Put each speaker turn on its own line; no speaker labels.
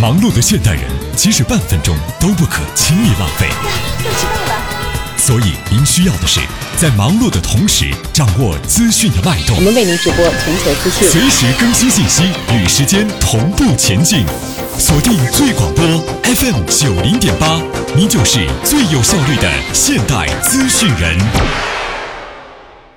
忙碌的现代人，即使半分钟都不可轻易浪费。
又迟到了。
所以您需要的是，在忙碌的同时，掌握资讯的脉动
我，们为您直播全球资讯。
随时更新信息，与时间同步前进。锁定最广播 FM 九零点八，您就是最有效率的现代资讯人。